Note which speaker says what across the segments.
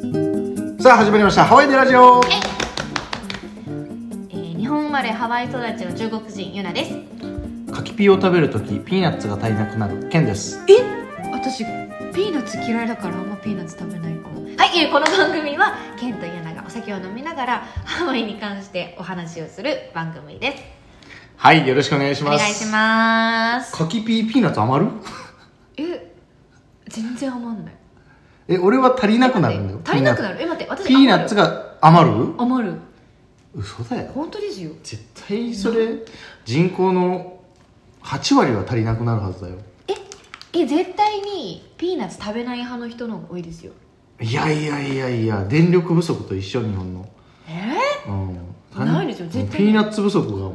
Speaker 1: さあ始まりましたハワイでラジオ
Speaker 2: えー日本生まれハワイ育ちの中国人ユナです
Speaker 3: 柿ピーを食べるときピーナッツが足りなくなるケンです
Speaker 2: え私ピーナッツ嫌いだからあんまピーナッツ食べないかもはい、えーこの番組はケンとユナがお酒を飲みながらハワイに関してお話をする番組です
Speaker 1: はいよろしくお願いし
Speaker 2: お
Speaker 1: ます
Speaker 2: 願いします
Speaker 3: 柿ピーピーナッツ余る
Speaker 2: え全然余んない
Speaker 3: え俺は足りなくなるんだよ
Speaker 2: 足りなくな
Speaker 3: る
Speaker 2: るえ待って私
Speaker 3: ピーナッツが余る
Speaker 2: 余る
Speaker 3: 嘘だよ
Speaker 2: 本当ですよ
Speaker 3: 絶対それ人口の8割は足りなくなるはずだよ
Speaker 2: ええ絶対にピーナッツ食べない派の人の方が多いですよ
Speaker 3: いやいやいやいや電力不足と一緒日本の
Speaker 2: え
Speaker 3: うん
Speaker 2: ないですよ絶対
Speaker 3: ピーナッツ不足がもう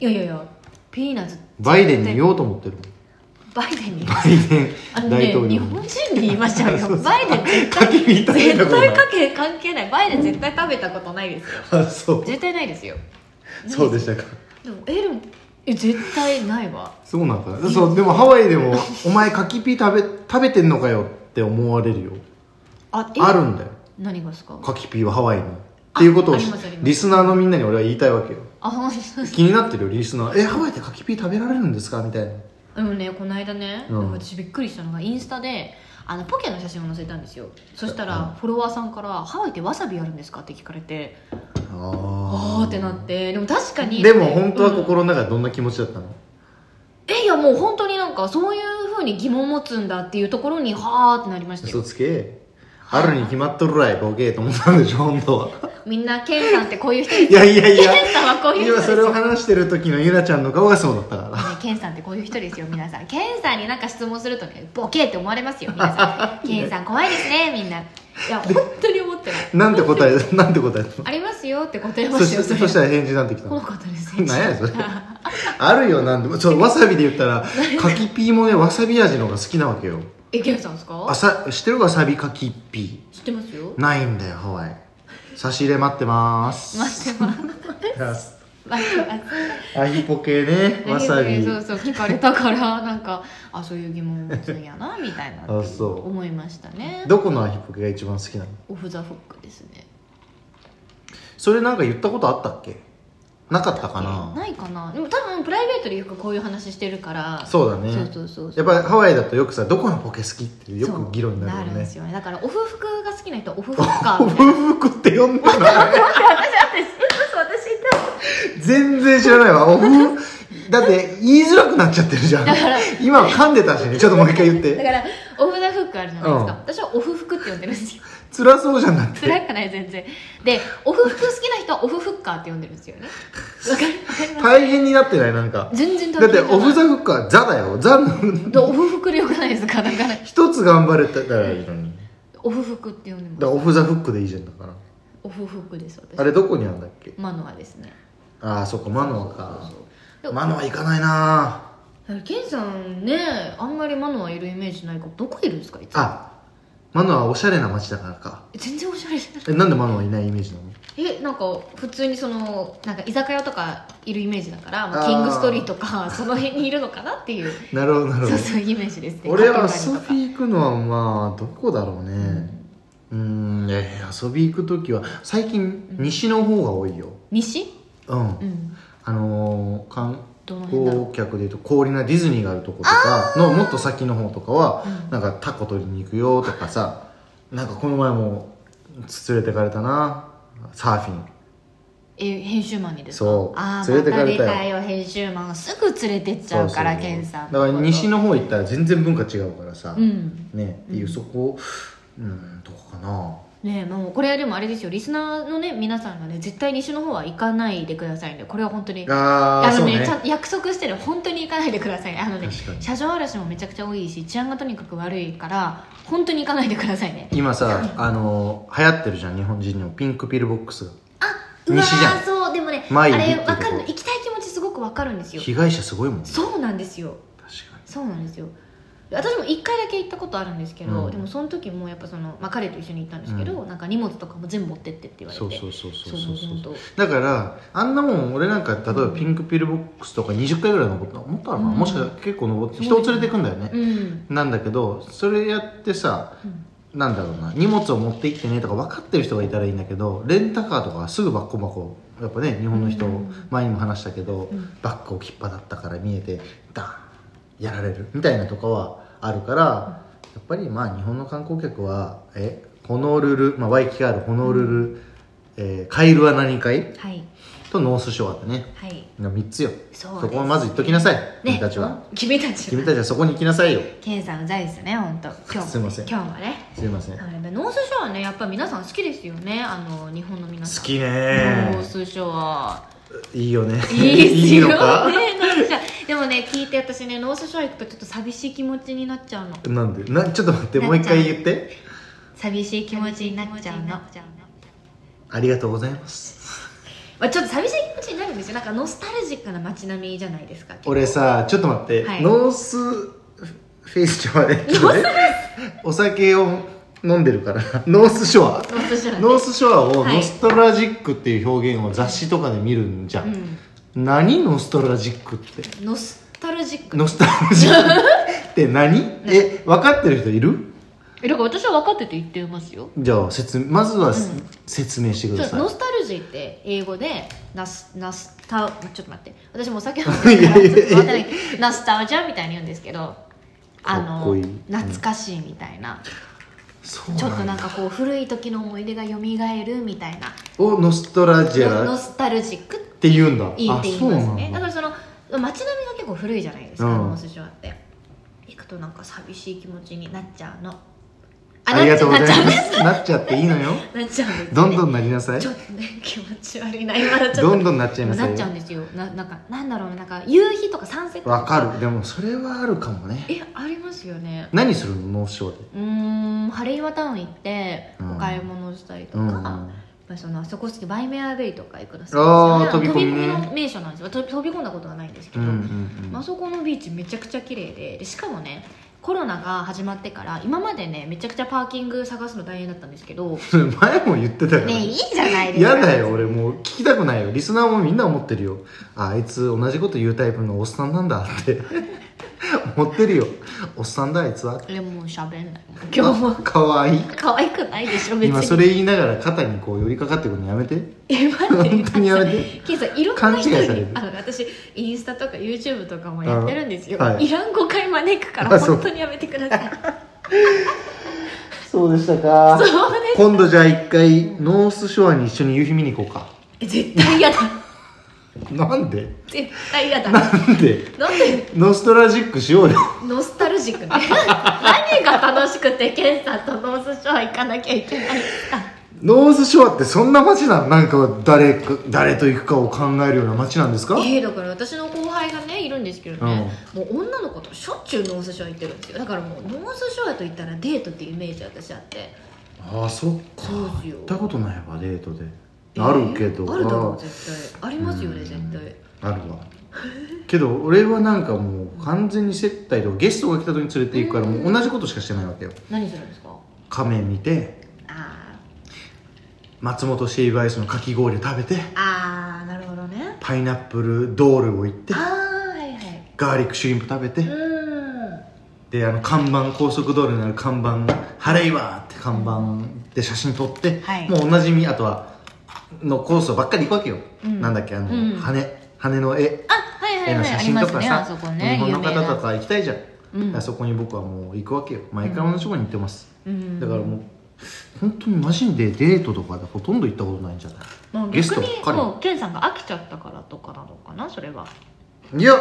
Speaker 3: 俺
Speaker 2: いやいやいやピーナッツ
Speaker 3: バイデンに言おうと思ってるもん
Speaker 2: バイデンに
Speaker 3: バイデ
Speaker 2: あの
Speaker 3: ン
Speaker 2: ね
Speaker 3: 大統
Speaker 2: 日
Speaker 3: 領
Speaker 2: 本人に言いましょ う
Speaker 3: そうそ
Speaker 2: よ
Speaker 3: う
Speaker 2: バイデン絶対
Speaker 3: 柿ピー食べた
Speaker 2: 絶
Speaker 3: ことない
Speaker 2: 対かけ関係ないバイデン絶対食べたことないですよ
Speaker 3: あ そう
Speaker 2: 絶対ないですよ
Speaker 3: そうでしたか
Speaker 2: でもえでもえ絶対ないわ
Speaker 3: そうなんかなそうでもハワイでも「お前柿ピー食べ食べてんのかよ」って思われるよ
Speaker 2: あえ
Speaker 3: あるんだよ
Speaker 2: 何がですか
Speaker 3: 柿ピーはハワイにっていうことを
Speaker 2: ありますあります
Speaker 3: リスナーのみんなに俺は言いたいわけよ
Speaker 2: あ本当です
Speaker 3: 気になってるよリスナー「えハワイで柿ピー食べられるんですか?」みたいな
Speaker 2: でもねこの間ね、
Speaker 3: うん
Speaker 2: 私びっくりしたのがインスタであのポケの写真を載せたんですよそしたらフォロワーさんから「ハワイってわさびあるんですか?」って聞かれてあ
Speaker 3: あ
Speaker 2: ーってなってでも確かに
Speaker 3: でも本当は
Speaker 2: うん
Speaker 3: 心の中でどんな気持ちだったの、
Speaker 2: えいやもう本当になんかそういうふうに疑問を持つんだっていうところにはーってなりましたよ
Speaker 3: 嘘つけあるに決まっとるらいボケーと思ったんでしょ本当は
Speaker 2: みんなケンさんってこういう人で
Speaker 3: い
Speaker 2: す
Speaker 3: やいやいや
Speaker 2: ケンさんはこういう人
Speaker 3: 今
Speaker 2: です
Speaker 3: それを話してる時のゆなちゃんの顔がそうだったから
Speaker 2: ねケンさんってこういう人ですよ皆さんケンさんになんか質問するとねボケって思われますよ皆さ んケンさん怖いですねみんないや本当に思ってない
Speaker 3: なんて答えなんて答えた
Speaker 2: ありますよって答えま
Speaker 3: のそし
Speaker 2: し
Speaker 3: た
Speaker 2: よ
Speaker 3: てそした
Speaker 2: ら
Speaker 3: ら返事なんてきた
Speaker 2: この
Speaker 3: の
Speaker 2: 方ですね
Speaker 3: 何やそれあるよなんでもちょわさびで言ったら柿ピーもねわさび味のが好きなわけよ
Speaker 2: えケンさんですか
Speaker 3: あさ知ってるわさび柿ピ
Speaker 2: 知ってますよ
Speaker 3: ーないんだよハワイ差し入れ待ってまーす
Speaker 2: 待ってます
Speaker 3: ます
Speaker 2: 待ってます
Speaker 3: アヒポケねわさび
Speaker 2: そうそう聞かれたからなんかあそういう疑問を持つんやなみたいなっ
Speaker 3: あ
Speaker 2: て
Speaker 3: そう
Speaker 2: 思いましたね
Speaker 3: どこのアヒポケが一番好きなの
Speaker 2: オフ・ザ・フックですね
Speaker 3: それなんか言ったことあったっけなかったかな
Speaker 2: ないかなでも多分プライベートでよくこういう話してるから
Speaker 3: そうだね
Speaker 2: そうそうそう
Speaker 3: やっぱりハワイだとよくさどこのポケ好きってよく議論になるよ
Speaker 2: んで
Speaker 3: ね
Speaker 2: すよねだからオフ服が好きな人はオフ服か
Speaker 3: 夫
Speaker 2: みたいな
Speaker 3: 婦って呼んでるの
Speaker 2: 私私
Speaker 3: 全然知らないわ。おふだって言いづらくなっちゃってるじゃん
Speaker 2: だから。
Speaker 3: 今噛んでたしね。ちょっともう一回言っ
Speaker 2: だ
Speaker 3: て。
Speaker 2: からオフ・ザ・フックあるじゃないですか、
Speaker 3: うん
Speaker 2: 私はオフ服って呼んでるんですよ
Speaker 3: 辛そうじゃんだっ
Speaker 2: 辛
Speaker 3: て。
Speaker 2: くない全然でオフ服好きな人はオフフッカーって呼んでるんですよねわかるわかります
Speaker 3: 大変になってないなんか。
Speaker 2: 全然
Speaker 3: だってオフ
Speaker 2: フ
Speaker 3: ザフックはザだよ。ザの
Speaker 2: オフ服でよくないですかだから
Speaker 3: 一つ頑張れたらいいのに。
Speaker 2: オフ服って呼んで
Speaker 3: だから
Speaker 2: ます
Speaker 3: オフザフックでいいじゃんだから。
Speaker 2: オフ服です私
Speaker 3: あれどこにあるんだっけ
Speaker 2: マノアですね
Speaker 3: ああ、そっか、マノアか
Speaker 2: そう。そう
Speaker 3: マノア行かないな
Speaker 2: ケンさんねあんまりマノアいるイメージないからどこいるんですかいつも
Speaker 3: あ、マノアはおしゃれな街だからか。
Speaker 2: 全然おしゃれじゃない
Speaker 3: え、なんでマノアいないイメージなの
Speaker 2: えなんか普通にそのなんか居酒屋とかいるイメージだから、ま
Speaker 3: あ
Speaker 2: あ、
Speaker 3: ー
Speaker 2: キングストリートかその辺にいるのかなっていう
Speaker 3: なるほど、なるほ
Speaker 2: そう
Speaker 3: ど。
Speaker 2: そういうイメージですね
Speaker 3: 俺は
Speaker 2: カフェ
Speaker 3: 遊
Speaker 2: バリとか
Speaker 3: び行くのはまあどこだろうねうんんいやいや遊び行く時は最近西の方が多いよ
Speaker 2: 西
Speaker 3: うん、
Speaker 2: うん
Speaker 3: あのー観
Speaker 2: どの辺だろう
Speaker 3: 光客でいうと氷なディズニーがあるとことかのもっと先の方とかは、
Speaker 2: うん
Speaker 3: なんかタコ取りに行くよとかさなんかこの前も連れてかれたなサーフィン
Speaker 2: え編集マンにですか
Speaker 3: そう
Speaker 2: ああ
Speaker 3: 連れてかれたよ
Speaker 2: また出たよ編集マンすぐ連れてっちゃうから
Speaker 3: そうそう
Speaker 2: ケンさん
Speaker 3: だから西
Speaker 2: の
Speaker 3: の方行ったら全然文化違うからさ、
Speaker 2: ことうん
Speaker 3: ねっていう、
Speaker 2: うん
Speaker 3: そこうんどこかな
Speaker 2: ねえもうこれはでもあれですよリスナーのね皆さんがね絶対西の方は行かないでくださいねこれは本当に
Speaker 3: あー
Speaker 2: あの
Speaker 3: そう
Speaker 2: ね
Speaker 3: ね
Speaker 2: ちゃんと約束してね本当に行かないでくださいねあのね
Speaker 3: 確かに
Speaker 2: 車上荒らしもめちゃくちゃ多いし治安がとにかく悪いから本当に行かないでくださいね
Speaker 3: 今さあの流行ってるじゃん日本人のピンクピルボックスが
Speaker 2: うわー
Speaker 3: 西じゃん
Speaker 2: そうでもねあ
Speaker 3: 前に行く
Speaker 2: れ
Speaker 3: って
Speaker 2: わ
Speaker 3: こと
Speaker 2: かるの行きたい気持ちすごくわかるんですよ
Speaker 3: 被害者すごいもんね
Speaker 2: そうなんですよ
Speaker 3: 確か
Speaker 2: そうなんですよ私も1回だけ行ったことあるんですけど、
Speaker 3: うん
Speaker 2: でもその時もやっぱその、まあ、彼と一緒に行ったんですけど、なんか荷物とかも全部持ってってって言わ
Speaker 3: に
Speaker 2: れて
Speaker 3: そうそうそうそう
Speaker 2: そ
Speaker 3: そうう
Speaker 2: そ
Speaker 3: そ
Speaker 2: う
Speaker 3: う
Speaker 2: そ
Speaker 3: だ
Speaker 2: う
Speaker 3: からあんなもん俺なんか例えばピンクピルボックスとか20回ぐらい登ったもっとあるかな、
Speaker 2: うん
Speaker 3: もしかしたら結構登って
Speaker 2: そう
Speaker 3: 人を連れてくんだよね、
Speaker 2: うん
Speaker 3: なんだけどそれやってさ、なんだろうな荷物を持って行ってねとか分かってる人がいたらいいんだけどレンタカーとかはすぐバッコバコやっぱね日本の人
Speaker 2: うん
Speaker 3: 前にも話したけど、
Speaker 2: うん
Speaker 3: バックを切っ張だったから見えてダーンやられるみたいなとかはあるからやっぱりまあ日本の観光客はえホノルル、まあ、YKR ホノルル、えーカイルは何かい
Speaker 2: はい
Speaker 3: とノースショアってね
Speaker 2: はい
Speaker 3: 3つよ
Speaker 2: そうです
Speaker 3: こはまず言っときなさい、君たちは
Speaker 2: 君たちは
Speaker 3: 君たちはそこに行きなさいよ
Speaker 2: ケンさんうざいですよね本当今日
Speaker 3: すいません
Speaker 2: 今日はね
Speaker 3: すいません
Speaker 2: あれノースショアねやっぱ皆さん好きですよねあの日本の皆さん
Speaker 3: 好き
Speaker 2: ノ
Speaker 3: ね
Speaker 2: ースショア
Speaker 3: いいよね
Speaker 2: いいですよ
Speaker 3: の
Speaker 2: ね
Speaker 3: か
Speaker 2: ノースショアでもね聞いて私ねノースショア行くとちょっと寂しい気持ちになっちゃうの
Speaker 3: なんでなちょっと待ってもう一回言って
Speaker 2: 寂しい気持ちになっちゃうの
Speaker 3: ありがとうございます
Speaker 2: まあ、ちょっと寂しい気持ちになるんですよなんかノスタルジックな街並みじゃないですか
Speaker 3: 俺さちょっと待って、
Speaker 2: はい
Speaker 3: ノースフェイスじゃない お酒を飲んでるからノースショア
Speaker 2: ノースショアね
Speaker 3: ノースショアを
Speaker 2: はい
Speaker 3: ノストラジックっていう表現を雑誌とかで見るんじゃん、何ノストラジックって
Speaker 2: うん、ノスタルジック
Speaker 3: ノストラジック って何え分かってる人いる
Speaker 2: えだから私は分かってて言ってますよ
Speaker 3: じゃあ説まずは、
Speaker 2: ん
Speaker 3: 説明してくだ
Speaker 2: そう
Speaker 3: さい
Speaker 2: ノスタルジーって英語でナスナスタちょっと待って私もお酒飲ん
Speaker 3: い
Speaker 2: でる
Speaker 3: や
Speaker 2: から
Speaker 3: い
Speaker 2: ちょ
Speaker 3: やい
Speaker 2: っと
Speaker 3: や
Speaker 2: 分かんないナスタオちゃんみたいに言うんですけどあ
Speaker 3: かっ
Speaker 2: の
Speaker 3: こいいうん
Speaker 2: 懐かしいみたいな、
Speaker 3: そうなん
Speaker 2: ち
Speaker 3: だ
Speaker 2: ょっとなんかこう古い時の思い出がよみがえるみたいな
Speaker 3: をノストラジア
Speaker 2: ノ
Speaker 3: ラ
Speaker 2: ノ
Speaker 3: っ
Speaker 2: スタルジックって
Speaker 3: 言うんだ
Speaker 2: いいって言いますねだ
Speaker 3: あ
Speaker 2: からその街並みが結構古いじゃないですか、
Speaker 3: うん
Speaker 2: ノースショアって行くとなんか寂しい気持ちになっちゃうのあ
Speaker 3: ありがとうござい
Speaker 2: なっち
Speaker 3: ま
Speaker 2: ゃう
Speaker 3: すなっちゃっていいのよ
Speaker 2: なっちゃうんですね
Speaker 3: どんどんなりなさい
Speaker 2: ちょっとね気持ち悪いな今のちょっと
Speaker 3: どんどんなっちゃいなさ
Speaker 2: ないっちゃう
Speaker 3: よ
Speaker 2: んですよななんかなんだろうなんか夕日とかサンセットと
Speaker 3: わかるでもそれはあるかもね
Speaker 2: えありますよね
Speaker 3: 何するのノースショーで
Speaker 2: うーんハレイワタウン行って
Speaker 3: うん
Speaker 2: お買い物したりとか、
Speaker 3: うん
Speaker 2: まあ、そのあそこ好きバイメアベリとか行くの好きです
Speaker 3: あー
Speaker 2: それ
Speaker 3: 飛
Speaker 2: は
Speaker 3: び込みね
Speaker 2: 飛の名所なんですよと飛び込んだことはないんですけ
Speaker 3: う
Speaker 2: ど、
Speaker 3: んうんう
Speaker 2: まあ
Speaker 3: ん
Speaker 2: そこのビーチめちゃくちゃ綺麗ででしかもねコロナが始まってから今までねめちゃくちゃパーキング探すの大変だったんです けど
Speaker 3: それ前も言ってたよ
Speaker 2: ねいいじゃないですか
Speaker 3: 嫌だよ俺もう聞きたくないよリスナーもみんな思ってるよああいつ同じこと言うタイプのおっさんなんだって 思ってるよおっさんだあいつは
Speaker 2: でももう喋んない今日も
Speaker 3: かわいい
Speaker 2: 可愛くないでしょ別に
Speaker 3: 今それ言いながら肩にこう寄りかかってくるのやめて
Speaker 2: え待って
Speaker 3: 本当にやめて
Speaker 2: ケイさんいろん
Speaker 3: 勘
Speaker 2: な
Speaker 3: 違い
Speaker 2: 人
Speaker 3: され
Speaker 2: に
Speaker 3: る
Speaker 2: あの私インスタとか YouTube とかもやってるんですよ、
Speaker 3: あはい
Speaker 2: い、らん誤解招くか
Speaker 3: あ
Speaker 2: ら
Speaker 3: そう
Speaker 2: 本当にやめてください
Speaker 3: そうでしたか
Speaker 2: そうね
Speaker 3: 今度じゃあ一回ノースショアに一緒に夕日見に行こうか
Speaker 2: え絶対嫌だ
Speaker 3: なんで
Speaker 2: 絶対嫌だな
Speaker 3: なんで
Speaker 2: んで
Speaker 3: ノストラジックしようよ
Speaker 2: ノスタルジックね何が楽しくてケンさんとノースショア行かなきゃいけないんですか
Speaker 3: ノースショアってそんな街なんなんか誰か誰と行くかを考えるような街なんですか
Speaker 2: えー、だから私の後輩がねいるんですけどね、もう女の子としょっちゅうノースショア行ってるんですよだからもうノースショアと言ったらデートっていうイメージ私あって
Speaker 3: ああそっか
Speaker 2: そうですよ
Speaker 3: 行ったことないわデートであるけど、
Speaker 2: えーあるだろう絶対ありますよね絶対
Speaker 3: ある わけど俺はなんかもう完全に接待とかゲストが来た時に連れて行くからもう同じことしかしてないわけよ
Speaker 2: 何するんですか
Speaker 3: 亀見て
Speaker 2: あ
Speaker 3: 松本シェイブアイスのかき氷を食べて
Speaker 2: ーあーなるほどね
Speaker 3: パイナップルドールを行って
Speaker 2: ああはいはい
Speaker 3: ガーリックシュリンプ食べて、
Speaker 2: うーん
Speaker 3: であの看板高速道路にある看板「ハレイワー」って看板で写真撮って、
Speaker 2: はい
Speaker 3: もうおなじみあとはのコースばっかり行くわけよ、
Speaker 2: うん
Speaker 3: なんだっけあの、
Speaker 2: うん
Speaker 3: 羽羽の絵
Speaker 2: あはいは
Speaker 3: 絵
Speaker 2: い
Speaker 3: の
Speaker 2: はい
Speaker 3: 写
Speaker 2: あり
Speaker 3: 真
Speaker 2: ま
Speaker 3: と
Speaker 2: す
Speaker 3: か
Speaker 2: ね
Speaker 3: さ、
Speaker 2: あそこね
Speaker 3: 日
Speaker 2: 有
Speaker 3: 本の
Speaker 2: 名
Speaker 3: 方と
Speaker 2: な
Speaker 3: か行きたいじゃん、
Speaker 2: うん
Speaker 3: あそこに僕はもう行くわけよ毎回同じとこに行ってます、
Speaker 2: うん
Speaker 3: だからもう本当にマジでデートとかでほとんど行ったことないんじゃない
Speaker 2: もう
Speaker 3: ゲス
Speaker 2: 逆
Speaker 3: トばっ
Speaker 2: に
Speaker 3: かり
Speaker 2: もうケンさんが飽きちゃったからとかなのかなそれはい
Speaker 3: や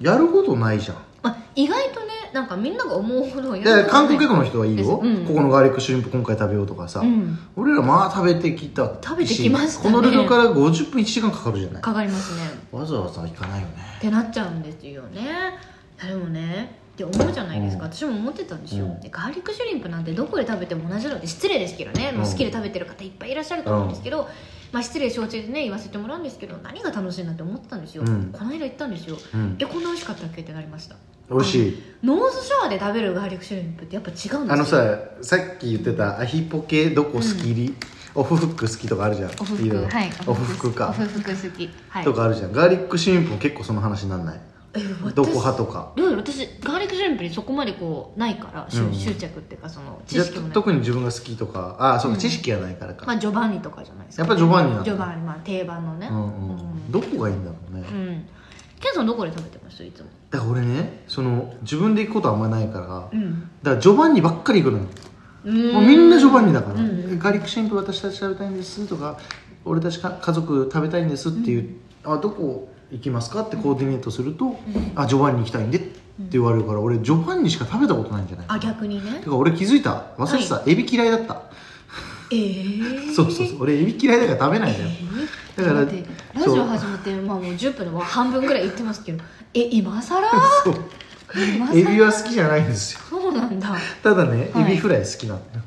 Speaker 3: やることないじゃん
Speaker 2: あ意外とねなんかみんなが思うほどや
Speaker 3: で
Speaker 2: る
Speaker 3: 韓国客の人はいいよ、
Speaker 2: ですうん
Speaker 3: ここのガーリックシュリンプ今回食べようとかさ、
Speaker 2: うん
Speaker 3: 俺らまあ食べてきたし
Speaker 2: 食べてきました
Speaker 3: こ
Speaker 2: ね
Speaker 3: のルールから50分1時間かかるじゃない
Speaker 2: かかりますね
Speaker 3: わざわざ行かないよね
Speaker 2: ってなっちゃうんですよねいやでもねって思うじゃないですか、
Speaker 3: うん
Speaker 2: 私も思ってたんですよ、
Speaker 3: うん
Speaker 2: でガーリックシュリンプなんてどこで食べても同じので失礼ですけどね、まあ
Speaker 3: うん
Speaker 2: 好きで食べてる方いっぱいいらっしゃると思うんですけど、まあ、失礼承知でね言わせてもらうんですけど何が楽しいなって思ってたんですよ、
Speaker 3: うん
Speaker 2: この間行ったんですよ
Speaker 3: うん
Speaker 2: えこんな美味しかったっけってなりました
Speaker 3: 美味しい
Speaker 2: ノースショアで食べるガーリックシュリンプってやっぱ違うんですよ
Speaker 3: あのささっき言ってたアヒポケどこ好きり、オフフック好きとかあるじゃん
Speaker 2: おふ
Speaker 3: いい
Speaker 2: く
Speaker 3: の
Speaker 2: はい
Speaker 3: オフフックか
Speaker 2: おふく好きはい
Speaker 3: とかあるじゃんガーリックシュリンプも結構その話になんない
Speaker 2: え私
Speaker 3: どこ派とか
Speaker 2: うん私ガーリックシュリンプにそこまでこうないから、しゅ
Speaker 3: うん
Speaker 2: 執着っていうかその知
Speaker 3: じゃあ
Speaker 2: 識もない
Speaker 3: 特に自分が好きとかああそうか、
Speaker 2: うん
Speaker 3: 知識がないからか、
Speaker 2: まあジョバンニとかじゃないですか、
Speaker 3: やっぱジョバンニなんだ
Speaker 2: ジョバンニまあ定番のね
Speaker 3: うんうん
Speaker 2: うん
Speaker 3: どこがいいんだろうね、
Speaker 2: うんケンさんどこで食べてましたいつも
Speaker 3: だから俺ねその自分で行くことあんまないから、だ
Speaker 2: うん
Speaker 3: からジョバンニばっかり行くのよも
Speaker 2: も
Speaker 3: うみんなジョバンニだから、
Speaker 2: うんうん
Speaker 3: ガーリックシンプル私たち食べたいんですとか俺たちか家族食べたいんですっていう、あどこ行きますかってコーディネートすると、あジョバンニ行きたいんでって言われるから俺ジョバンニしか食べたことないんじゃない
Speaker 2: あ逆にね
Speaker 3: てか俺気づいたまさしさ、エビ嫌いだった
Speaker 2: ええ
Speaker 3: そうそうそう俺エビ嫌いだから食べないんだよ、
Speaker 2: だ
Speaker 3: だ
Speaker 2: か
Speaker 3: からら
Speaker 2: ラジ
Speaker 3: そ
Speaker 2: オ
Speaker 3: う
Speaker 2: 始まってまあもう10分の半分ぐらい言ってますけどえ今更
Speaker 3: そう
Speaker 2: 今更
Speaker 3: エビは好きじゃないんですよ
Speaker 2: そうなんだ
Speaker 3: ただね、
Speaker 2: はい
Speaker 3: エビフライ好きなんだよ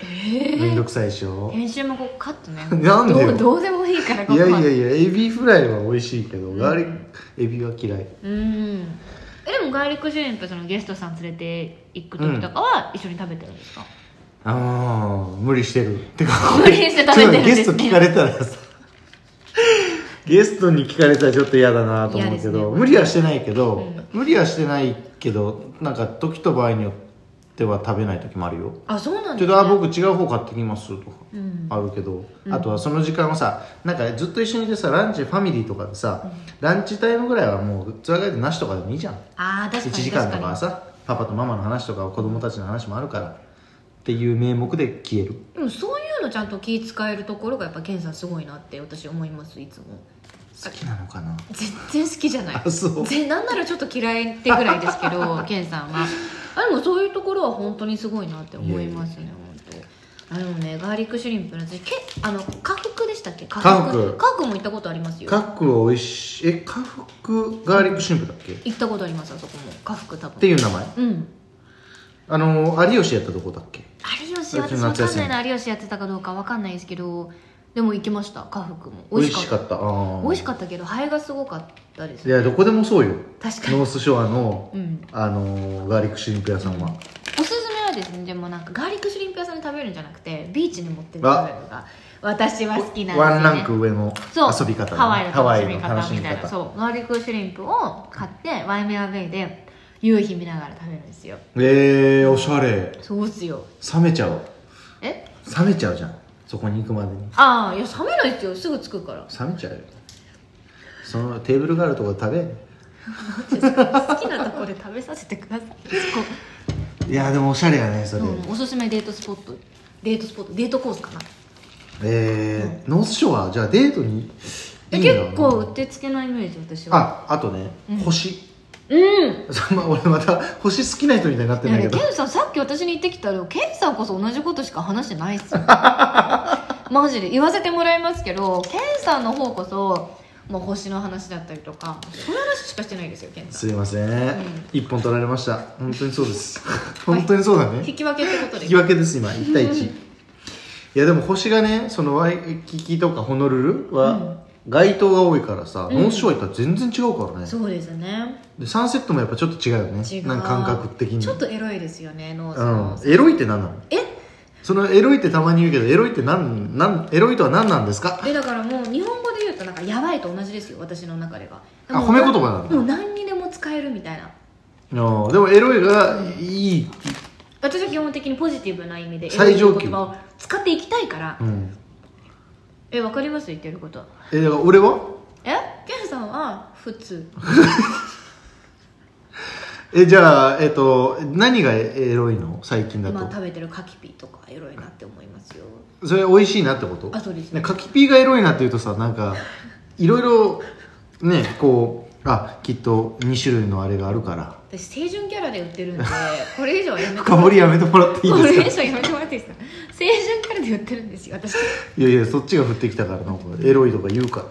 Speaker 2: ええ
Speaker 3: めんどくさいでしょ
Speaker 2: 編集もこうカットね
Speaker 3: なんでよ
Speaker 2: どうどうでもいいからこ
Speaker 3: い
Speaker 2: こ
Speaker 3: や
Speaker 2: はい
Speaker 3: やいやエビフライは美味しいけど、
Speaker 2: ん
Speaker 3: ガーリックエビは嫌い
Speaker 2: うんえでもガーリックシュリンプそのゲストさん連れて行く時とかは一緒に食べてるんですか、
Speaker 3: ああ無理してるてか
Speaker 2: 無理して食べてるんですね
Speaker 3: ちょっとゲスト聞かれたらさゲストに聞かれたらちょっと嫌だなと思うけ
Speaker 2: 嫌です
Speaker 3: ど、
Speaker 2: ね
Speaker 3: 無理はしてないけど、
Speaker 2: うん
Speaker 3: 無理はしてないけどなんか時と場合によっては食べない時もあるよ
Speaker 2: あそうなん
Speaker 3: ちょっ
Speaker 2: ですね
Speaker 3: とあ僕違う方買ってきますとか
Speaker 2: うん
Speaker 3: あるけど、
Speaker 2: うん
Speaker 3: あとはその時間はさなんかずっと一緒にいてさランチファミリーとかでさ、ランチタイムぐらいはもうツアーガイドなしとかでもいいじゃん
Speaker 2: あー確か
Speaker 3: 1
Speaker 2: に
Speaker 3: 時間とかはさパパとママの話とか子供たちの話もあるからっていう名目で消える
Speaker 2: でもそういうのちゃんと気使えるところがやっぱケンさんすごいなって私思いますいつも
Speaker 3: 好きなのかな
Speaker 2: 全然好きじゃな い
Speaker 3: あそう
Speaker 2: ぜなんならちょっと嫌いってぐらいですけ どケンさんはあでもそういうところは本当にすごいなって思いますね本当あでもねガーリックシュリンプの私けあの家福でしたっけ家
Speaker 3: 家福
Speaker 2: 家福も行ったことありますよ
Speaker 3: カックは美味しいえカフクガーリックシンプルだっけっ
Speaker 2: 行ったことありますあそこも家福多分
Speaker 3: ていう名前
Speaker 2: うん
Speaker 3: あの有吉やったとこだっけ
Speaker 2: 有吉
Speaker 3: うち
Speaker 2: 私
Speaker 3: の
Speaker 2: わ
Speaker 3: 夏
Speaker 2: か
Speaker 3: 休
Speaker 2: ん
Speaker 3: み
Speaker 2: ないな有吉やってたかどうかわかんないですけどでも行きました家福も
Speaker 3: 美味しか
Speaker 2: た
Speaker 3: ったあー
Speaker 2: 美味しかったけどハエがすごかったです
Speaker 3: いやどこでもそうよ
Speaker 2: 確かに
Speaker 3: ノースショアの、
Speaker 2: うん
Speaker 3: あのーガーリックシンプル屋さんは、
Speaker 2: おすすめはですねでもなんかガーリックシュリンプ屋さんで食べるんじゃなくてビーチに持ってって食べるのが私は好きなんですよ、ね、
Speaker 3: ワンランク上の
Speaker 2: そう
Speaker 3: 遊び方だね
Speaker 2: ハワイの
Speaker 3: ハワ
Speaker 2: 楽
Speaker 3: イの楽し
Speaker 2: しみ方み
Speaker 3: み
Speaker 2: たいな
Speaker 3: 方
Speaker 2: そうガーリックシュリンプを買ってワイメアベイで夕日見ながら食べるんですよ
Speaker 3: えー、おしゃれ
Speaker 2: そうっすよ
Speaker 3: 冷めちゃう
Speaker 2: え
Speaker 3: 冷めちゃうじゃんそこに行くまでに
Speaker 2: ああいや冷めないですよすぐ着くから
Speaker 3: 冷めちゃうよそのテーブルがあるとこ食べ
Speaker 2: 好きなとこで食べさせてください
Speaker 3: いやでもおしゃれやねそれ、
Speaker 2: うん、おすすめデートスポットデートスポットデートコースかな
Speaker 3: えー、ノースショアじゃあデートに
Speaker 2: え
Speaker 3: いいんだろうな
Speaker 2: 結構うってつけなイメージ私は
Speaker 3: ああとね、
Speaker 2: うん
Speaker 3: 星
Speaker 2: うん
Speaker 3: そんな俺また星好きな人みたいになってんだけど
Speaker 2: ケンさんさっき私に言ってきたらケンさんこそ同じことしか話してない っすよマジで言わせてもらいますけどケンさんの方こそもう星の話だったりとかそういう話しかしてないですよケンさ
Speaker 3: すいません
Speaker 2: ん
Speaker 3: 一、本取られました本当にそうです本当にそうだね
Speaker 2: ん引き分けってことで
Speaker 3: 引き分けです今1対1いやでも星がねそのワイキキとかホノルルは街灯が多いからさ、
Speaker 2: うん
Speaker 3: ノースショア行ったら全然違うからね
Speaker 2: そうですね
Speaker 3: でサンセットもやっぱちょっと違うよね
Speaker 2: 違う
Speaker 3: なんか感覚的に
Speaker 2: ちょっとエロいですよねノースの
Speaker 3: うんエロいって何なの
Speaker 2: え
Speaker 3: そのエロいってたまに言うけどエロいって何なんエロいとは何なんですか
Speaker 2: でだからもう日本語で言うとなんかやばいと同じですよ私の中では
Speaker 3: あ褒め言葉なんだ
Speaker 2: もう何にでも使えるみたいな
Speaker 3: うんでもエロいがいい、
Speaker 2: 私は基本的にポジティブな意味で
Speaker 3: 最上級
Speaker 2: エロい言葉を使っていきたいから
Speaker 3: うん、
Speaker 2: えわかります言ってること
Speaker 3: えだから俺は
Speaker 2: えケンさんは普通
Speaker 3: えじゃあえっ、と何がエロいの最近だ
Speaker 2: 今
Speaker 3: と
Speaker 2: 食べてるカキピーとかエロいなって思いますよ
Speaker 3: それ美味しいなってこと
Speaker 2: あそうです
Speaker 3: ね、カキピーがエロいなって言うとさなんかいろいろねこうあきっと2種類のあれがあるから
Speaker 2: 私清純キャラで売ってる んでこれ以上はやめて
Speaker 3: 深掘りやめてもらっていい
Speaker 2: これ
Speaker 3: で
Speaker 2: 以
Speaker 3: すか
Speaker 2: 上やめてもらっていいですか清純キャラで売ってるんですよ私
Speaker 3: いやいやそっちが降ってきたからなんかエロいとか言うか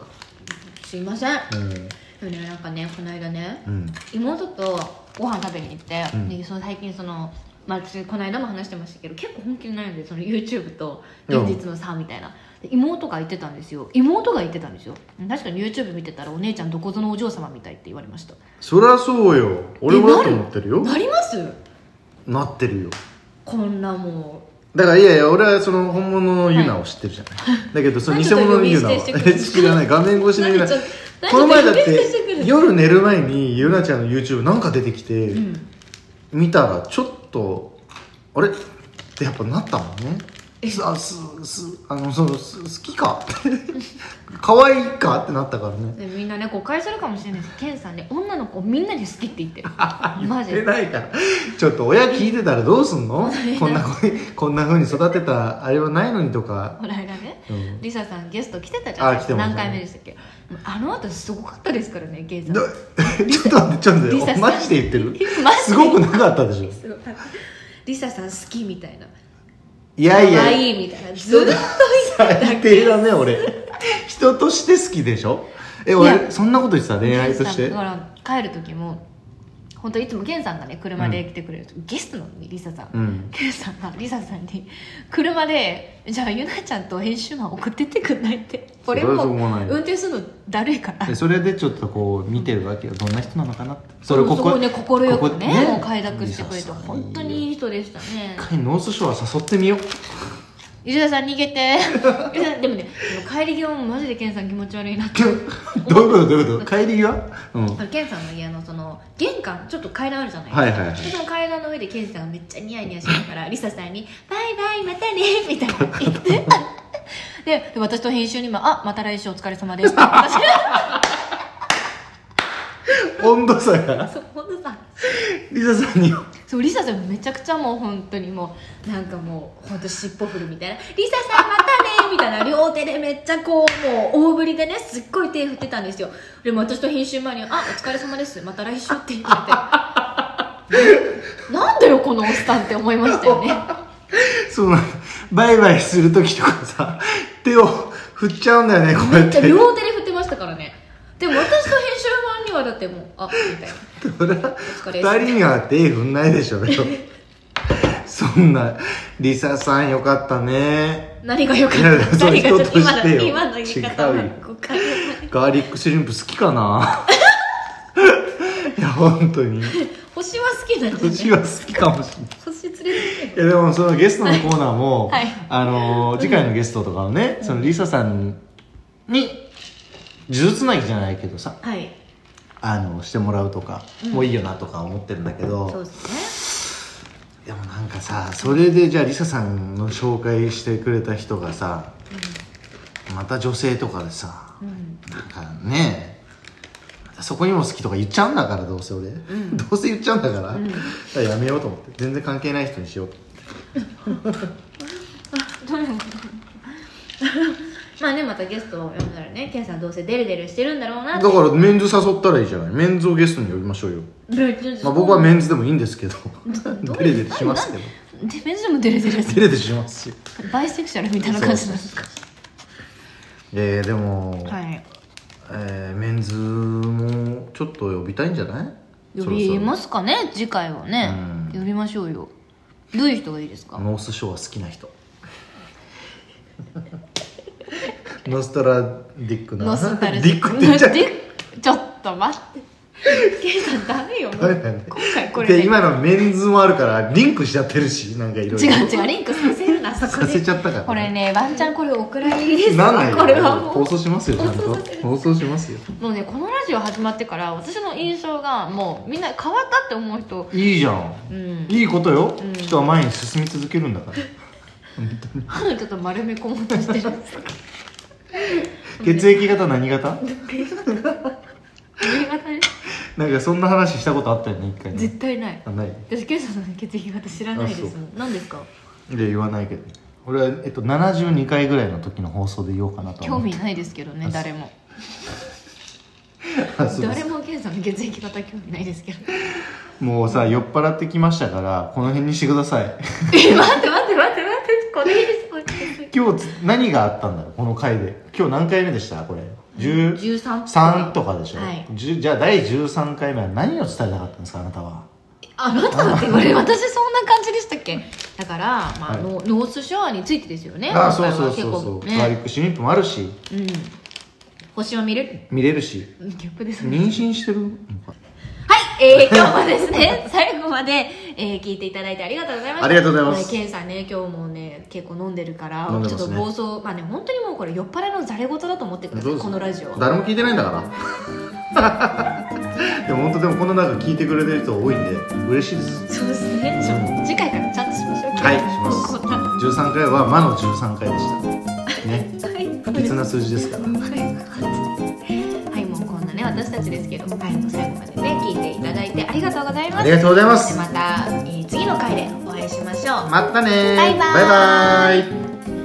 Speaker 2: すいません
Speaker 3: らうん
Speaker 2: でもねなんかねこの間ね
Speaker 3: うん
Speaker 2: 妹とご飯食べに行って、
Speaker 3: うん
Speaker 2: でその最近そのまあ、私この間も話してましたけど結構本気になるんでその YouTube と現実の差みたいな、で妹が言ってたんですよ妹が言ってたんですよ確かに YouTube 見てたらお姉ちゃんどこぞのお嬢様みたいって言われました
Speaker 3: そりゃそうよ俺もだと思ってるよ
Speaker 2: なります
Speaker 3: なってるよ
Speaker 2: こんなも
Speaker 3: だからいやいや俺はその本物のユナを知ってるじゃない、だけどその偽物のユナは
Speaker 2: なんでちょっと呼び捨てしてくるん で
Speaker 3: え
Speaker 2: すか
Speaker 3: 知らない画面越
Speaker 2: う
Speaker 3: しのユナ
Speaker 2: なんでちょ何
Speaker 3: この前だって
Speaker 2: 勉強してくる
Speaker 3: 夜寝る前にゆなちゃんの YouTube なんか出てきて
Speaker 2: うん
Speaker 3: 見たらちょっとあれってやっぱなったもんね
Speaker 2: え
Speaker 3: あすすあのそうす好きか 可愛いかってなったからね
Speaker 2: でみんなね誤解するかもしれないですケンさんね女の子をみんなで好きって言ってるマジ
Speaker 3: 言って
Speaker 2: で
Speaker 3: ないからちょっと親聞いてたらどうすん のこんな子にこんなふうに育てたあれはないのにとか、
Speaker 2: この間ね
Speaker 3: うん、
Speaker 2: リサさんゲスト来てたじゃないですか
Speaker 3: あ来てまし
Speaker 2: 何
Speaker 3: たね
Speaker 2: 回目でしたっけあの後すごかったですからねケンさん
Speaker 3: ど ちょっと待ってちょっと
Speaker 2: リ
Speaker 3: 待っ
Speaker 2: サ
Speaker 3: て
Speaker 2: さん
Speaker 3: マジで言ってる
Speaker 2: マジです
Speaker 3: ごくなかったでしょ
Speaker 2: すごかったリサさん好きみたいない
Speaker 3: やい
Speaker 2: 可
Speaker 3: や
Speaker 2: 愛いみたいなずっと言ってた
Speaker 3: 最低だね俺人として好きでしょえ
Speaker 2: い
Speaker 3: 俺
Speaker 2: や
Speaker 3: そんなこと言ってた恋愛とし
Speaker 2: ケン
Speaker 3: て
Speaker 2: さんだから帰る時も本当いつもケンさんがね車で来てくれる、ゲストなのにリサさん、
Speaker 3: うん
Speaker 2: ケンさんがリサさんに車で「じゃあゆなちゃんと編集マン送ってってくんない?」ってこれ
Speaker 3: それは
Speaker 2: も
Speaker 3: しょうがない
Speaker 2: 運転するのだるいから
Speaker 3: でそれでちょっとこう見てるわけよどんな人なのかなって
Speaker 2: そ
Speaker 3: れ
Speaker 2: こそこをね心よくね
Speaker 3: ここ
Speaker 2: もう快諾してくれて
Speaker 3: リサさん
Speaker 2: 本当にいい人でしたね
Speaker 3: 一回ノースショア誘ってみよう
Speaker 2: ゆ田さん逃げて ゆ田さんでもねその帰り際もマジでケンさん気持ち悪いなって
Speaker 3: どういうことどういうこと帰り際うん
Speaker 2: あのケンさんの家のその玄関ちょっと階段あるじゃないですか、
Speaker 3: はいはいはい
Speaker 2: でその階段の上でケンさんがめっちゃニヤニヤしな がらリサさんに「バイバイまたね」みたいな言ってでで私と編集にも「あまた来週お疲れ様で した」私
Speaker 3: 温度差が
Speaker 2: そう本当さ
Speaker 3: リサさんに
Speaker 2: そうリサさんめちゃくちゃもう本当にもうなんかもう本当尻尾振るみたいな「リサさんまたね」みたいな両手でめっちゃこうもう大振りでねすっごい手振ってたんですよでも私と編集前に「あお疲れ様ですまた来週」って言っててなんだよこのおっさんって思いましたよね
Speaker 3: そのバイバイする時とかさ手を振っちゃうんだよねこう
Speaker 2: め
Speaker 3: や
Speaker 2: っ
Speaker 3: っ
Speaker 2: ちゃ
Speaker 3: て
Speaker 2: 両手で振ってましたからねでも私と編集前にはだってもう「あみたいな
Speaker 3: それは
Speaker 2: 「お疲れ様
Speaker 3: 2人には手振んないでしょうよそんなリサさんよかったね
Speaker 2: 何が良かっ
Speaker 3: いや
Speaker 2: た
Speaker 3: そう
Speaker 2: 何がちょっと今
Speaker 3: 人として
Speaker 2: の
Speaker 3: よ
Speaker 2: 今の言い方
Speaker 3: 違
Speaker 2: は
Speaker 3: うよ
Speaker 2: 誤解を
Speaker 3: ガーリックシュリンプ好きかないや本当に
Speaker 2: 星は好きなんですね
Speaker 3: 年は好きかもしれない
Speaker 2: 星連れてきて
Speaker 3: いやでもそのゲストのコーナーも、
Speaker 2: はい
Speaker 3: あのー次回のゲストとかをね、そのリサさんに呪術つなぎじゃないけどさ
Speaker 2: はい
Speaker 3: あのしてもらうとか、もういいよなとか思ってるんだけど、
Speaker 2: そうです
Speaker 3: でもなんかさそれでじゃあリサさんの紹介してくれた人がさ
Speaker 2: ね
Speaker 3: また女性とかでさ
Speaker 2: うん、うん、
Speaker 3: なんかねまたそこにも好きとか言っちゃうんだからどうせ俺、
Speaker 2: ん
Speaker 3: どうせ言っちゃうんだから,、
Speaker 2: うん
Speaker 3: だからやめようと思って全然関係ない人にしよう
Speaker 2: どういうことまあねまたゲストを呼んだらねケンさんどうせデレデレしてるんだろう
Speaker 3: だ
Speaker 2: なっ
Speaker 3: か
Speaker 2: て
Speaker 3: らメンズ誘ったらいいじゃないメンズをゲストに呼びましょうよ、まあ、僕はメンズでもいいんですけど
Speaker 2: どう
Speaker 3: デレデレしますけど
Speaker 2: でメンズでもデレデレす
Speaker 3: デ
Speaker 2: る
Speaker 3: レデレしますよ
Speaker 2: バイセクシャルみたいな感じなんですか
Speaker 3: えー、でも、
Speaker 2: はい
Speaker 3: えーメンズもちょっと呼びたいんじゃない
Speaker 2: 呼びますすかね次回はね
Speaker 3: う
Speaker 2: 呼びましょうよどういう人がいいですか
Speaker 3: ノースショーは好きな人 ノストラディックな
Speaker 2: ノスタル
Speaker 3: ディックって言っちゃう
Speaker 2: ディックちょっと待ってケンさんダメよもう
Speaker 3: ダメだね
Speaker 2: 今回 これ
Speaker 3: で
Speaker 2: で
Speaker 3: 今のメンズもあるからリンクしちゃってるしなんかいろい
Speaker 2: 違
Speaker 3: ろ
Speaker 2: う違うリンクさせるなそこ
Speaker 3: さ
Speaker 2: で
Speaker 3: せちゃったから、
Speaker 2: これねワンチャンこれお蔵入りです
Speaker 3: なんないよ
Speaker 2: これはも
Speaker 3: 放送しますよちゃんと
Speaker 2: 放送する
Speaker 3: 放送しますよ
Speaker 2: うもうねこのラジオ始まってから私の印象がもうみんな変わったって思う人
Speaker 3: いいじゃん、
Speaker 2: うん
Speaker 3: いいことよ、
Speaker 2: うん
Speaker 3: 人は前に進み続けるんだから
Speaker 2: 歯にちょっと丸め込もうとしてる
Speaker 3: 血液型何型
Speaker 2: 髪型ね
Speaker 3: なんかそんな話したことあったよね一回ね
Speaker 2: 絶対ない
Speaker 3: あない
Speaker 2: 私ケンさんの血液型知らないです
Speaker 3: あそ
Speaker 2: もん何ですか
Speaker 3: で言わないけど俺は、えっと、72回ぐらいの時の放送で言おうかなと
Speaker 2: 興
Speaker 3: 思う
Speaker 2: 味ないですけどね
Speaker 3: あそう
Speaker 2: 誰も
Speaker 3: あ そうです
Speaker 2: 誰もケンさんの血液型興味ないですけど
Speaker 3: もうさ酔っ払ってきましたからこの辺にしてください
Speaker 2: え待って待って待って待ってこれいいです
Speaker 3: 今日つ何があったんだろうこの回で今日何回目でしたこれ10
Speaker 2: 13
Speaker 3: 3とかでしょ、
Speaker 2: はい
Speaker 3: 10じゃあ第13回目は何を伝えたかったんですかあなたは
Speaker 2: あなただって言われる私そんな感じでしたっけだから、まあ
Speaker 3: はい
Speaker 2: ノノースショアについてですよね
Speaker 3: ああ
Speaker 2: 今
Speaker 3: そ
Speaker 2: 回
Speaker 3: う
Speaker 2: は
Speaker 3: そうそうそう、ガーリ
Speaker 2: ね
Speaker 3: ックシュリンプもあるし
Speaker 2: うん、星は見れる
Speaker 3: 見れるし
Speaker 2: ギャップですね
Speaker 3: 妊娠してる
Speaker 2: はい、えー、今日もですね最後までえー聞いていただいてありがとうございました
Speaker 3: ありがとうございます
Speaker 2: はケンさんね今日もね結構飲んでるから
Speaker 3: 飲んで
Speaker 2: ち
Speaker 3: ま
Speaker 2: ょっ
Speaker 3: す
Speaker 2: と
Speaker 3: ね
Speaker 2: 暴走まあね本当にもうこれ酔っ払いのざれ言だと思ってくださ
Speaker 3: どう
Speaker 2: い
Speaker 3: ぞ
Speaker 2: このラジオは
Speaker 3: 誰も聞いてないんだから でも本当でもこの中聞いてくれてる人多いんで嬉しいです
Speaker 2: そうですねじゃあ次回からチャットしましょう
Speaker 3: はいします
Speaker 2: こんなは
Speaker 3: 13回は「魔の13回でした ね
Speaker 2: い
Speaker 3: 不吉な数字ですから
Speaker 2: はいはいもうこんなね私たちですけどはいもう最後までね聞いていただいてありがとうございます
Speaker 3: ありがとうございます
Speaker 2: また、えー次の回でお会いしましょう
Speaker 3: またねー
Speaker 2: バイバーイ
Speaker 3: バイバーイ